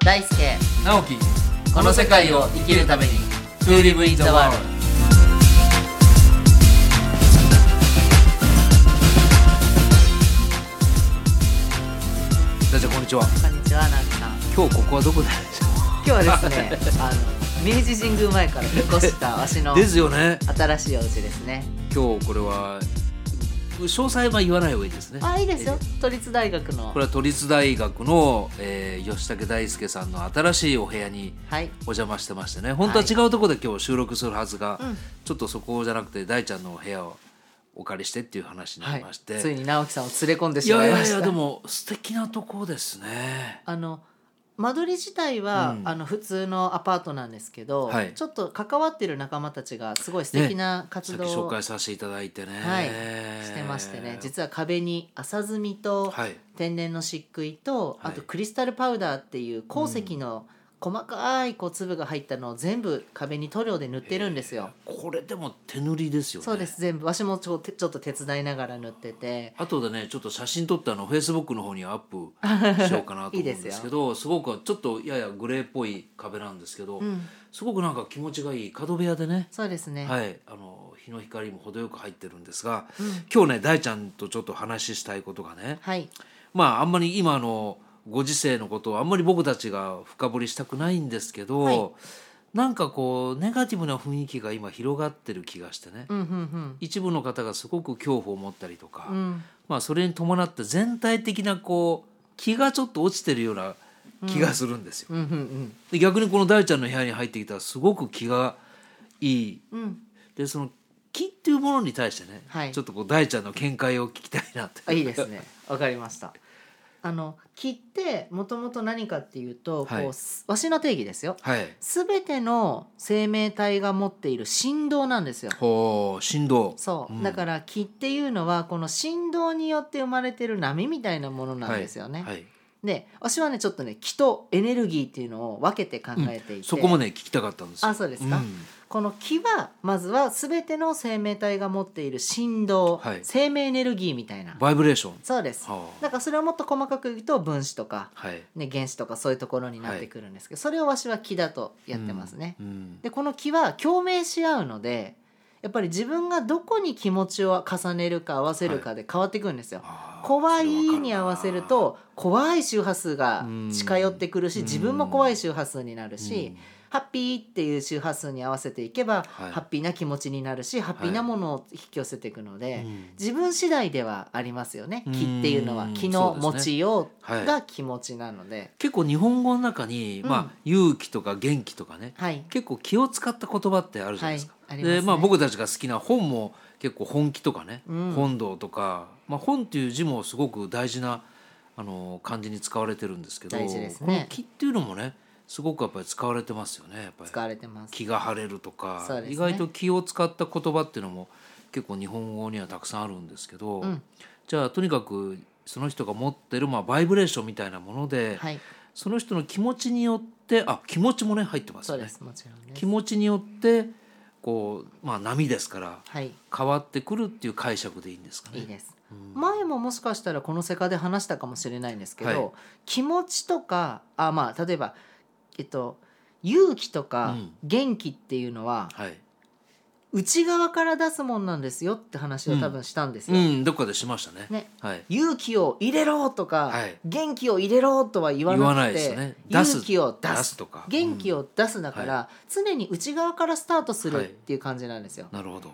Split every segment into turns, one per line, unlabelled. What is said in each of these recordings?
大輔
直樹
この世界を生きるために
To live in the world 大ちゃんこんにちは
こんにちは直樹さん
今日ここはどこだ
今日はですね あの明治神宮前から引っ越したわしの
ですよね
新しいお家ですね
今日これは詳細は言わない方がいいですね
あいいですよ都立大学の
これは都立大学の、えー吉武大輔さんの新しいお部屋に
はい
お邪魔してましてね本当は違うところで今日収録するはずが、ちょっとそこじゃなくて大ちゃんのお部屋をお借りしてっていう話にな
は
り
い
まして、
つい
い、
に直樹さんを連れ込んでし
や
ま
い
いました
やいやでも素敵なとこですね
あの間取り自体は、
うん
あの普通のアパートなんですけど、
はい
ちょっと関わってる仲間たちがすごい素敵な
さ
活
っき
動
紹
を、
介させていただいてね、
はいしてましてね実は壁に朝墨と
はい
天然の漆喰と、
は
あ
い
とクリスタルパウダーっていう鉱石の細かいこう粒が入ったのを全部壁に塗料で塗ってるんですよ。
これでも手塗りですよね
そうです全部わしもちょちょっと手伝いながら塗ってて
後でねちょっと写真撮ってあのフェイスブックの方にアップしようかなと 思うんですけどすごくちょっとややグレーっぽい壁なんですけど、すごくなんか気持ちがいい角部屋でね、
そうですね、
はい、あの日の光も程よく入ってるんですが、今日ね大ちゃんとちょっと話ししたいことがね
はい
まああんまり今のご時世のことをあんまり僕たちが深掘りしたくないんですけど、
はい
なんかこうネガティブな雰囲気が今広がってる気がしてね、
うんうん
一部の方がすごく恐怖を持ったりとか。
うんうん
まあ、それに伴って全体的なこう気がちょっと落ちてるような気がするんですよ。
うんうん
で逆にこの大ちゃんの部屋に入ってきたらすごく気がいい。
うんうん
でその気っていうものに対してね、
はい
ちょっとこう大ちゃんの見解を聞きたいなって。
あいいですね。わかりました。あの木ってもともと何かっていうと、
はい
こうすわしの定義ですよ。
はい。
すべての生命体が持っている振動なんですよ。
ほう振動。
そう、
ん
だから木っていうのはこの振動によって生まれてる波みたいなものなんですよね。
はい。
で私はねちょっとね気とエネルギーっていうのを分けて考えていて、
そこもね聞きたかったんですよ。
あそうですか
ん
この気はまずはすべての生命体が持っている振動、
はい
生命エネルギーみたいな
バイブレーション。
そうです。
は
だからそれをもっと細かく言うと分子とか
あ。はい。
ね、原子とかそういうところになってくるんですけど、それをわしは気だとやってますね。
うんうん
でこの気は共鳴し合うのでやっぱり自分がどこに気持ちを重ねるか合わせるかで変わってくるんですよ。
あー
怖い
それわかるな
に合わせると怖い周波数が近寄ってくるし
うん
自分も怖い周波数になる
う
し
ん
ハッピーっていう周波数に合わせていけば
はい
ハッピーな気持ちになるしハッピーなものを引き寄せていくので
うん
自分次第ではありますよね
うん
気っていうのは気
そ
の
うですね
持ちよ
は
う
い
が気持ちなので
結構日本語の中に、
うん
まあ勇気とか元気とかね、
はい
結構気を使った言葉ってあるじゃないですか。
はいありますね
でまあ僕たちが好きな本も結構本気とかね、
うん
本堂とか、まあ、本っていう字もすごく大事なあの漢字に使われてるんですけど
大事ですね
この気っていうのもねすごくやっぱり使われてますよねやっぱり
使われてます。
気が晴れるとか、
そうですね
意外と気を使った言葉っていうのも結構日本語にはたくさんあるんですけど、
ん
じゃあとにかくその人が持ってる、まあ、バイブレーションみたいなもので、
はい、
その人の気持ちによってあ気持ちもね入ってます
そ
よ
うで
ね
す、もちろんね
気。持ちによってこうまあ波ですから
はい、
変わってくるっていう解釈でいいんですかね
いいです。前ももしかしたらこのセカで話したかもしれないんですけど、
はい
気持ちとかあまあ例えばえっと勇気とか
うん
元気っていうのは
はい、
内側から出すもんなんですよって話を多分したんですよ。
うんどっかでしましたね
ね
はい
勇気を入れろとか、
はい
元気を入れろとは言わ
言わな
なく
いです
て
よね出す
勇気を出す
出すとか
元気を出すだから、
は
常に内側からスタートす
は
る
い
っていう感じなんですよ。
なるほど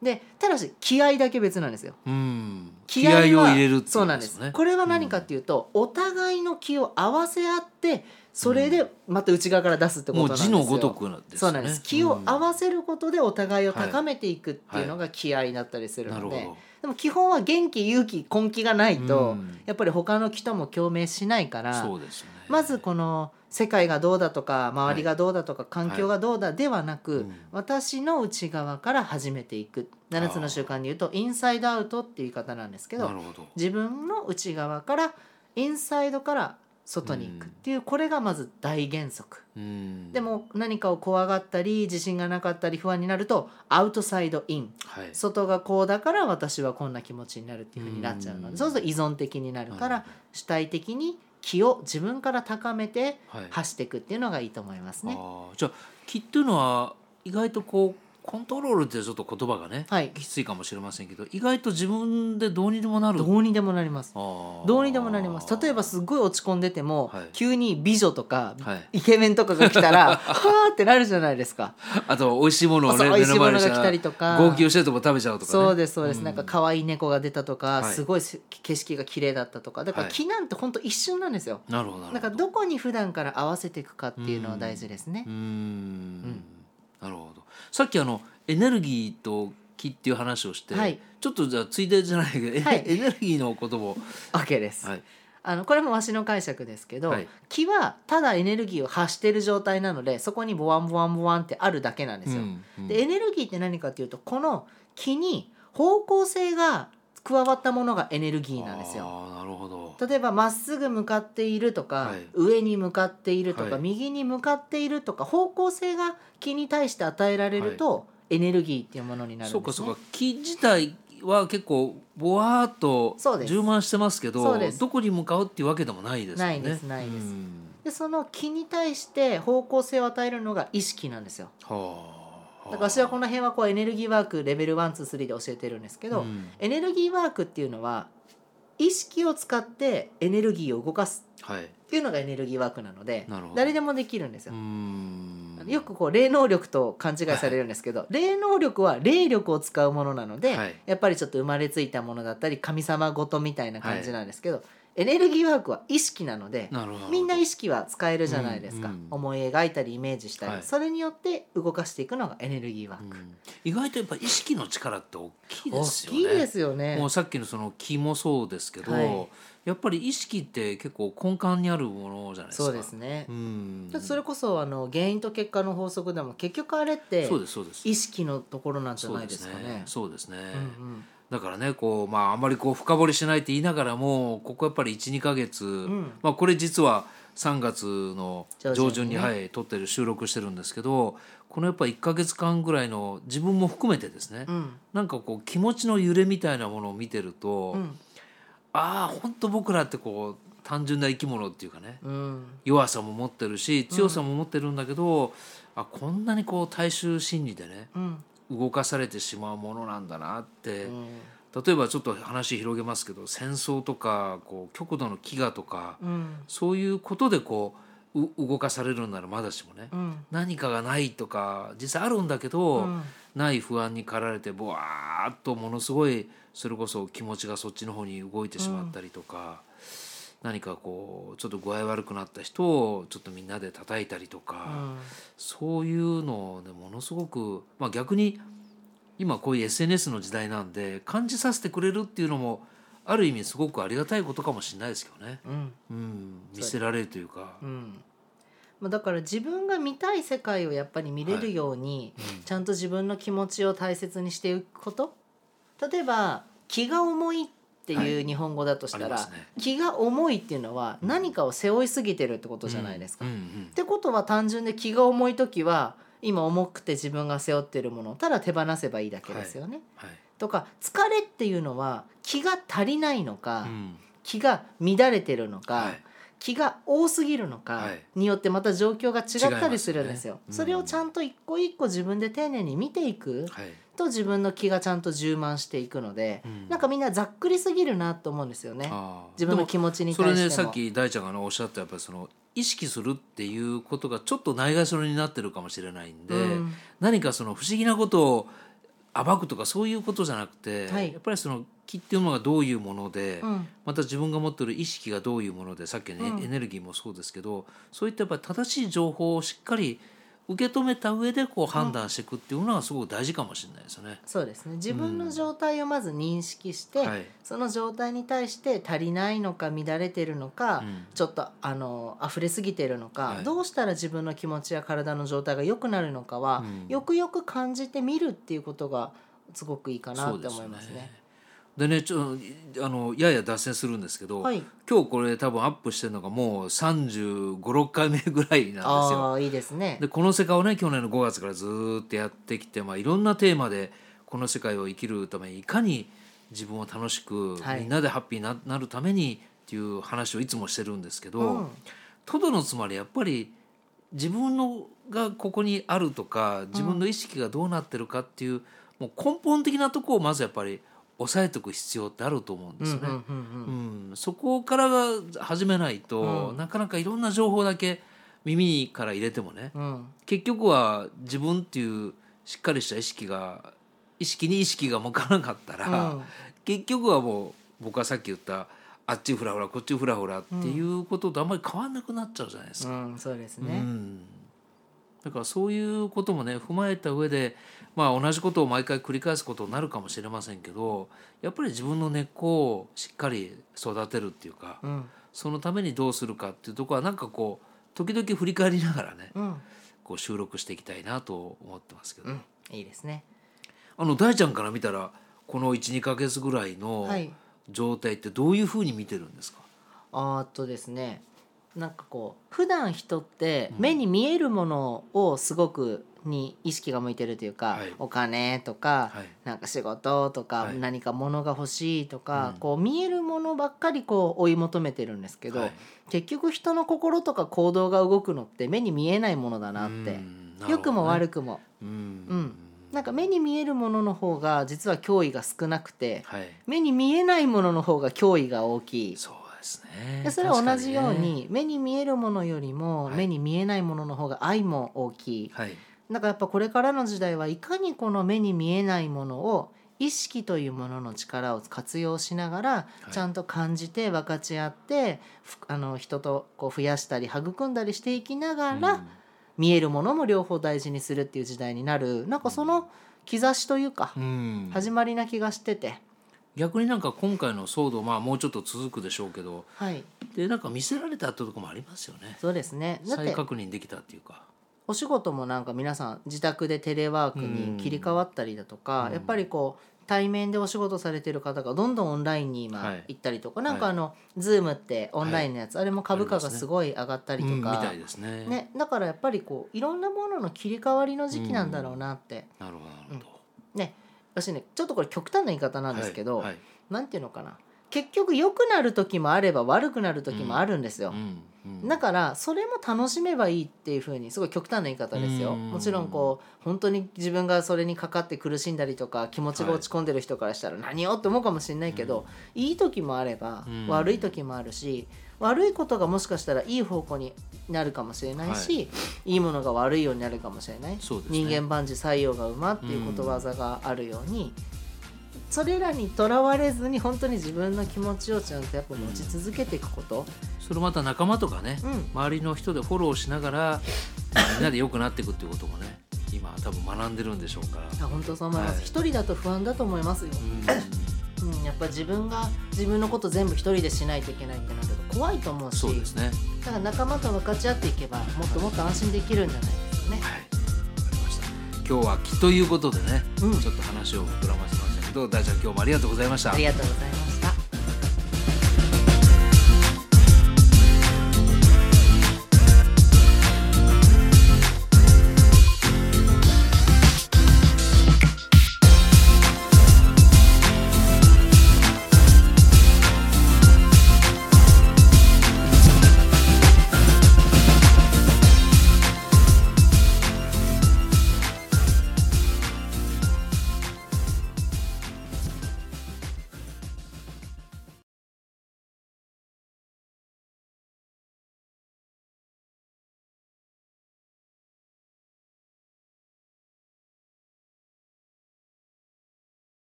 でただし気合だけ別なんですよ。
うん
気合は
を入れるってい
そうなんです、これは何かっていうと、お互いの気を合わせ合ってそれでまた内側から出すってこと
も
なん
う
です
字
よ、
のごとくなんですね
そうなんです気を合わせることでお互いを高めていくっていうの
は
が気合だったりするので、
なるほど
でも基本は元気勇気根気がないと、
うん
やっぱり他の気とも共鳴しないから
そうですよね
まずこの世界がどうだとか周りがどうだとか環境がどうだではなく、
うん
私の内側から始めていく7つの習慣で言うとインサイドアウトっていう言い方なんですけ
な
ど
るほど
自分の内側からインサイドから外に行くっていう、これがまず大原則。
うん
でも何かを怖がったり自信がなかったり不安になるとアウトサイドイン
はい
外がこうだから私はこんな気持ちになるっていう風になっちゃうので、
うん
そうすると依存的になるか
う
ら
ん
主体的に気を自分から高めて
はい
発していくっていうのがいいと思いますね。
あーじゃあ気っていうのは意外とこうコントロールってちょっと言葉がね、
はい
きついかもしれませんけど意外と自分でどうにでもなる
どうにでもなります。
あー
どうにでもなります例えばすごい落ち込んでても、
はい
急に美女とか、
はい
イケメンとかが来た らはーってなるじゃないですか
あと美味しいものを
そ
ね
う美味しいものが
したら
来たりとか
号泣してるとこ食べちゃうとかね
そうですそうです、
うん
なんか可愛い猫が出たとか、
はい
すごいせ景色が綺麗だったとかだから
はい
気なんて本当一瞬なんですよ、
なるほどなるほ
だからどこに普段から合わせていくかっていうのは大事ですね
うーんなるほどさっきあのエネルギーと気っていう話をして、
はい
ちょっとじゃあついでじゃないけど、え
はい
エネルギーのことも、
OK です、
はい、
あのこれもわしの解釈ですけど、
はい
気はただエネルギーを発してる状態なのでそこにボワンボワンボワンってあるだけなんですよ、
うんうん
でエネルギーって何かっていうとこの気に方向性が加わったものがエネルギーなんですよ。
あーなるほど
例えばまっすぐ向かっているとか、
はい
上に向かっているとか、
はい
右に向かっているとか方向性が気に対して与えられると、エネルギーっていうものになるんです、ね、
そうかそうか木自体は結構ぼわーっと
そうです
充満してますけど
そうです
どこに向かうっていうわけでもないですよね
ないですないです
うん
でその気に対して方向性を与えるのが意識なんですよ
はあ
だから私はこの辺はこうエネルギーワークレベル123で教えてるんですけど、
うん
エネルギーワークっていうのは意識を使ってエネルギーを動かす
はい
っていうのがエネルギーワークなので
なるほど
誰でもできるんですよ
う。ん
よくこう霊能力と勘違いされるんですけ ど、霊能力は霊力を使うものなので、
はい
やっぱりちょっと生まれついたものだったり神様ごとみたいな感じなんですけど、エネルギーワークは意識なので
なるほど
みんな意識は使えるじゃないですか、
うんうん
思い描いたりイメージしたり、
はい
それによって動かしていくのがエネルギーワー
う
ク。
ん意外とやっぱ意識の力って大きいで
大
すよ
きい
ね
ですよね。
もうさっきのその気もそうですけど、
はい
やっぱり意識って結構根幹にあるものじゃないですか。
そうですね
う。ん
だってそれこそあの原因と結果の法則でも結局あれって
そうですそうです。
意識のところなんじゃ
そう
ない
で
です
す
か
ね
ね。。
そうですね。
うんうん
だからねこうまああんまりこう深掘りしないって言いながらもここやっぱり12ヶ月、
ん
まあこれ実は3月の
上旬にね
上旬にはい撮ってる収録してるんですけどこのやっぱ1ヶ月間ぐらいの自分も含めてですね、
うん
なんかこう気持ちの揺れみたいなものを見てると、
ん
ああ本当僕らってこう単純な生き物っていうかね
うん
弱さも持ってるし強さも持ってるんだけど、あこんなにこう大衆心理でね
うん
動かされてしまうものなんだなって、
うん
例えばちょっと話広げますけど戦争とかこう極度の飢餓とか、
うん
そういうことでこうう動かされるんならまだしもね、
うん
何かがないとか実際あるんだけ
う
ど、
ん
ない不安に駆られてぼわーっとものすごいそれこそ気持ちがそっちの方に動いてしまったりとか、何かこうちょっと具合悪くなった人をちょっとみんなで叩いたりとか、そういうのでものすごく、まあ、逆に今こういう SNS の時代なんで感じさせてくれるっていうのもある意味すごくありがたいことかもしれないですけどね。
うん
うん、見せられるというか。
うんまあだから自分が見たい世界をやっぱり見れるように、ちゃんと自分の気持ちを大切にしていくこと例えば気が重いっていう日本語だとしたら、
ありますね
気が重いっていうのは何かを背負いすぎてるってことじゃないですか。
うんうん
ってことは単純で気が重い時は今重くて自分が背負ってるものをただ手放せばいいだけですよね。
はい
とか疲れっていうのは気が足りないのか、
うん
気が乱れてるのか、
はい
気が多すぎるのか
はい
によってまた状況が違ったりするんですよ。
違いますよねうん
それをちゃんと一個一個自分で丁寧に見ていく
はい
と自分の気がちゃんと充満していくので、
うん
なんかみんなざっくりすぎるなと思うんですよね。
あー
自分の気持ちに
そ
対
れ
しても。
ねさっき大ちゃんがねおっしゃったやっぱりその意識するっていうことがちょっとないがしろになってるかもしれないんで、
うん
何かその不思議なことを暴くとかそういうことじゃなくて、
はい
やっぱりその気っていうものがどういうもので、
うん
また自分が持ってる意識がどういうものでさっきのね、
うん
エネルギーもそうですけどそういったやっぱり正しい情報をしっかり受け止めた上でこう判断していくっていうのはすごく大事かもしれないですよね。
そうですね自分の状態をまず認識して、
はい
その状態に対して足りないのか乱れてるのか、
うん
ちょっとあの溢れすぎてるのか、
はい
どうしたら自分の気持ちや体の状態が良くなるのかは、
うん
よくよく感じてみるっていうことがすごくいいかな
そ
っ
う
て
です
思
よ
いますね。。
でねちょあのやや脱線するんですけど、
はい
今日これ多分アップしてるのがもう3 5 6回目ぐらいなんですよ。
ああいいですね。
でこの世界をね去年の5月からずーっとやってきて、まあ、いろんなテーマでこの世界を生きるためにいかに自分を楽しく、
はい
みんなでハッピーにななるためにっていう話をいつもしてるんですけど、
うん
トドのつまりやっぱり自分のがここにあるとか自分の意識がどうなってるかっていう,、もう根本的なところをまずやっぱり抑えておく必要ってあると思うんですよ
う
ね。
んうんうんうん
うん、そこからが始めないと、
うん
なかなかいろんな情報だけ耳から入れてもね、
うん
結局は自分っていうしっかりした意識が意識に意識が向かなかったら、
うん
結局はもう僕はさっき言ったあっちフラフラこっちフラフラっていうこととあんまり変わんなくなっちゃうじゃないですか。
うん、そうです
う
ね。
んだからそういうこともね踏まえた上で、まあ、同じことを毎回繰り返すことになるかもしれませんけどやっぱり自分の根っこをしっかり育てるっていうか、
うん、
そのためにどうするかっていうところはなんかこう時々振り返りながらね
うん、
こう収録していきたいなと思ってますけど、
うん、いいですね。
あの大ちゃんから見たらこの12ヶ月ぐらいの
はい
状態ってどういうふうに見てるんですか、
あーっとですね。なんかこう普段人って目に見えるものをすごくに意識が向いてるというか、
はい
お金とか、
はい
なんか仕事とか、
はい
何か物が欲しいとか、
うん
こう見えるものばっかりこう追い求めてるんですけど、
はい
結局人の心とか行動が動くのって目に見えないものだなって、良くも悪
く、
くも
うん
うんなんか目に見えるものの方が実は脅威が少なくて、
はい、
目に見えないものの方が脅威が大きい
そうですね
でそれは同じよう
確か
に目に見えるものよりも
はい
目に見えないものの方が愛も大きい
ねはい
だからやっぱこれからの時代はいかにこの目に見えないものを意識というものの力を活用しながら
はい
ちゃんと感じて分かち合ってふあの人とこう増やしたり育んだりしていきながら、
うん
見えるものも両方大事にするっていう時代になるなんかその兆しというか
うん
始まりな気がしてて
逆になんか今回の騒動まあもうちょっと続くでしょうけど
はい
でなんか見せられたってとこもありますよね
そうですねだっ
再
て
確認できたっていうか
お仕事もなんか皆さん自宅でテレワーク
うん
に切り替わったりだとか、やっぱりこう対面でお仕事されてる方がどんどんオンラインに
は
今
い
行ったりとか、なんかあの、ズームってオンラインのやつ、あれも株価がすごい上がったりと
うんみ
か、
たいですね
ね、だからやっぱりこういろんなものの切り替わりの時期なんだろうなって、
なるほどなるほど、
ね私ねちょっとこれ極端な言い方なんですけど、
はいはい
なんていうのかな結局良くなる時もあれば悪くなる時もあるんですよ。
うんうん
だからそれも楽しめばいいっていうふうにすごい極端な言い方ですよ
うん
もちろんこう本当に自分がそれにかかって苦しんだりとか気持ちが落ち込んでる人からしたら何よって思うかもしれないけど、いい時もあれば
うん
悪い時もあるし悪いことがもしかしたらいい方向になるかもしれないし、い、いものが悪いようになるかもしれない、
そうですね
人間万事採用が馬っていうことわざがあるように。それらにとらわれずに本当に自分の気持ちをちゃんとやっぱ持ち続けていくこと、
それまた仲間とかね、
うん
周りの人でフォローしながらみんなで良くなっていくっていうこともね今多分学んでるんでしょうから、
あ本当そう思いま
は
す
い
一、人だと不安だと思いますよ、
うん
うん、やっぱ自分が自分のこと全部一人でしないといけないってなると怖いと思うし
そうですね
だから仲間と分かち合っていけばもっともっと安心できるんじゃないですかね
はいわかりました今日は気ということでね、
うん
ちょっと話を膨らませましたけど大ちゃん今日もありがとうございました
ありがとうございます